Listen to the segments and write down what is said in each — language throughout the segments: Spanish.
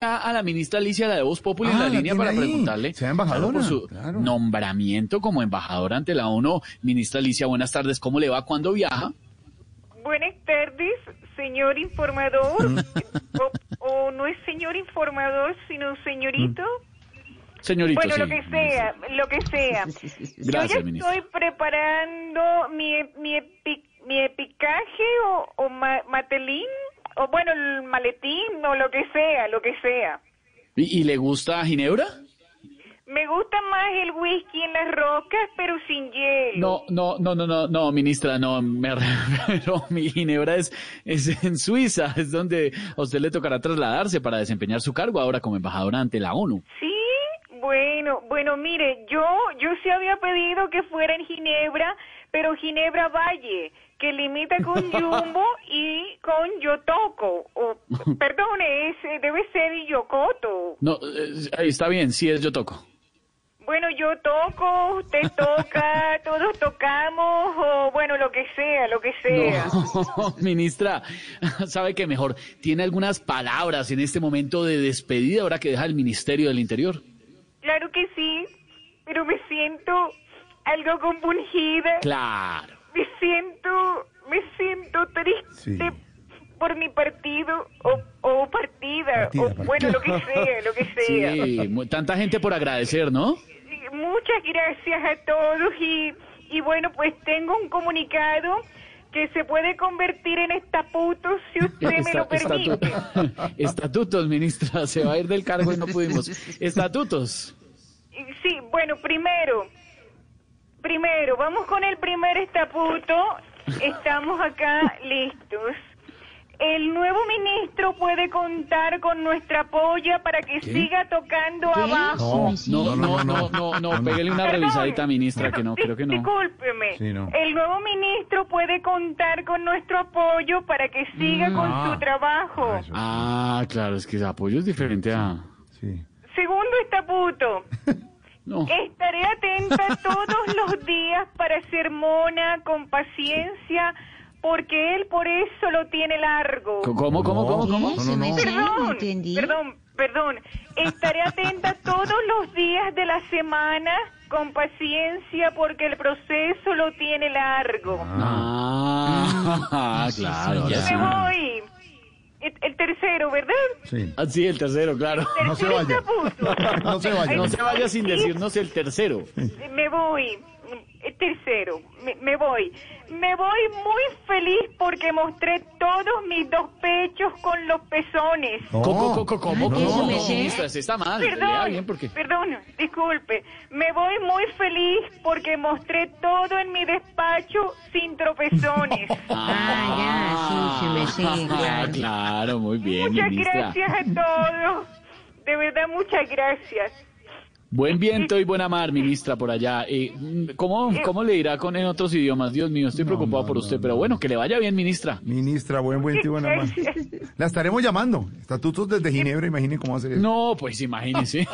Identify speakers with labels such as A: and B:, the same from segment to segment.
A: a la ministra Alicia la de Voz Populi en
B: Ah,
A: la
B: la
A: línea
B: tiene
A: para
B: ahí.
A: preguntarle
B: Sea embajadora,
A: por su
B: claro.
A: nombramiento como embajadora ante la ONU. Ministra Alicia, buenas tardes. ¿Cómo le va? ¿Cuándo viaja?
C: Buenas tardes, señor informador.
A: Mm.
C: o, o no es señor informador, sino señorito.
A: Mm. Señorito,
C: Bueno,
A: sí,
C: lo que sea, lo que sea. Yo
A: Gracias,
C: ya
A: ministra.
C: estoy preparando mi, mi, epi- mi epicaje o, o ma- matelín, o bueno, el maletín, o lo que sea, lo que sea.
A: ¿Y, y le gusta Ginebra?
C: Me gusta más el whisky en las rocas, pero sin hielo.
A: No, no, no, no, no, no, ministra, no, me refiero, mi Ginebra es, es en Suiza, es donde a usted le tocará trasladarse para desempeñar su cargo ahora como embajadora ante la ONU.
C: Sí, bueno, bueno, mire, yo, yo sí había pedido que fuera en Ginebra, pero Ginebra Valle, que limita con Yumbo y con Yotoco, o, perdone, es- eh, debe ser Yocoto.
A: No, eh, ahí está bien, sí es yo toco.
C: Bueno, yo toco, usted toca, todos tocamos, o bueno, lo que sea, lo que sea.
A: No, ministra, sabe que mejor. ¿Tiene algunas palabras en este momento de despedida ahora que deja el Ministerio del Interior?
C: Claro que sí, pero me siento algo compungida.
A: Claro.
C: Me siento, me siento triste
B: Sí.
C: por mi partido o, o partida,
B: Partida,
C: o bueno, lo que sea, lo que sea.
A: Sí, mu- tanta gente por agradecer, ¿no?
C: Y Muchas gracias a todos y, y bueno, pues tengo un comunicado que se puede convertir en estatuto si usted me lo
A: Esta-
C: permite.
A: estatu- estatutos, ministra, se va a ir del cargo y no pudimos. Estatutos.
C: Y Sí, bueno, primero, primero, vamos con el primer estatuto. Estamos acá listos. El nuevo ministro puede contar con nuestra polla para que siga tocando abajo.
B: No,
A: No, no, no, no, no, pégale una
C: Perdón,
A: revisadita, ministra, que no,
C: dis-
A: creo que no.
C: Discúlpeme.
B: Sí, no.
C: El nuevo ministro puede contar con nuestro apoyo para que
A: Mm.
C: siga con
B: Ah.
C: su trabajo.
B: Ah, eso.
A: Ah, claro, es que apoyo es diferente a...
B: Sí.
C: Segundo estatuto.
A: No.
C: Estaré atenta todos los días para ser mona con paciencia, porque él por eso lo tiene largo.
A: ¿Cómo, cómo, cómo, cómo?
B: No, no, no.
C: Perdón,
D: entendí.
C: perdón, perdón. Estaré atenta todos los días de la semana con paciencia, porque el proceso lo tiene largo.
A: Ah, claro. ahora sí.
C: Me voy. El, el tercero, ¿verdad?
B: Sí.
A: Ah, sí, el tercero, claro.
B: No se
C: Tercer
B: vaya.
C: estatuto.
B: No se vaya.
A: No se vaya sin decirnos el tercero.
C: Me voy. Eh, Tercero, me, me voy. Me voy muy feliz porque mostré todos mis dos pechos con los pezones.
B: No.
A: ¿Cómo, cómo, cómo, cómo?
B: No,
A: cómo,
B: no,
A: cómo,
B: no.
A: ministra? Se está mal. Lea
C: Perdón,
A: bien porque...
C: perdón, disculpe. Me voy muy feliz porque mostré todo en mi despacho sin tropezones.
D: Ah, ya, sí, sí, me sé,
A: Ah,
D: claro.
A: claro, muy bien,
C: muchas
A: ministra.
C: gracias a todos. De verdad, muchas gracias.
A: Buen viento y buena mar, ministra, por allá. Eh, mm, ¿cómo, ¿Cómo le irá con en otros idiomas? Dios mío, estoy preocupado por usted, pero bueno, que le vaya bien, ministra.
B: Ministra, buen buen y buena mano. La estaremos llamando. Estatutos desde Ginebra, imaginen cómo hacer eso.
A: No, pues imagínese.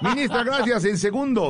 B: Ministra, gracias. En segundo.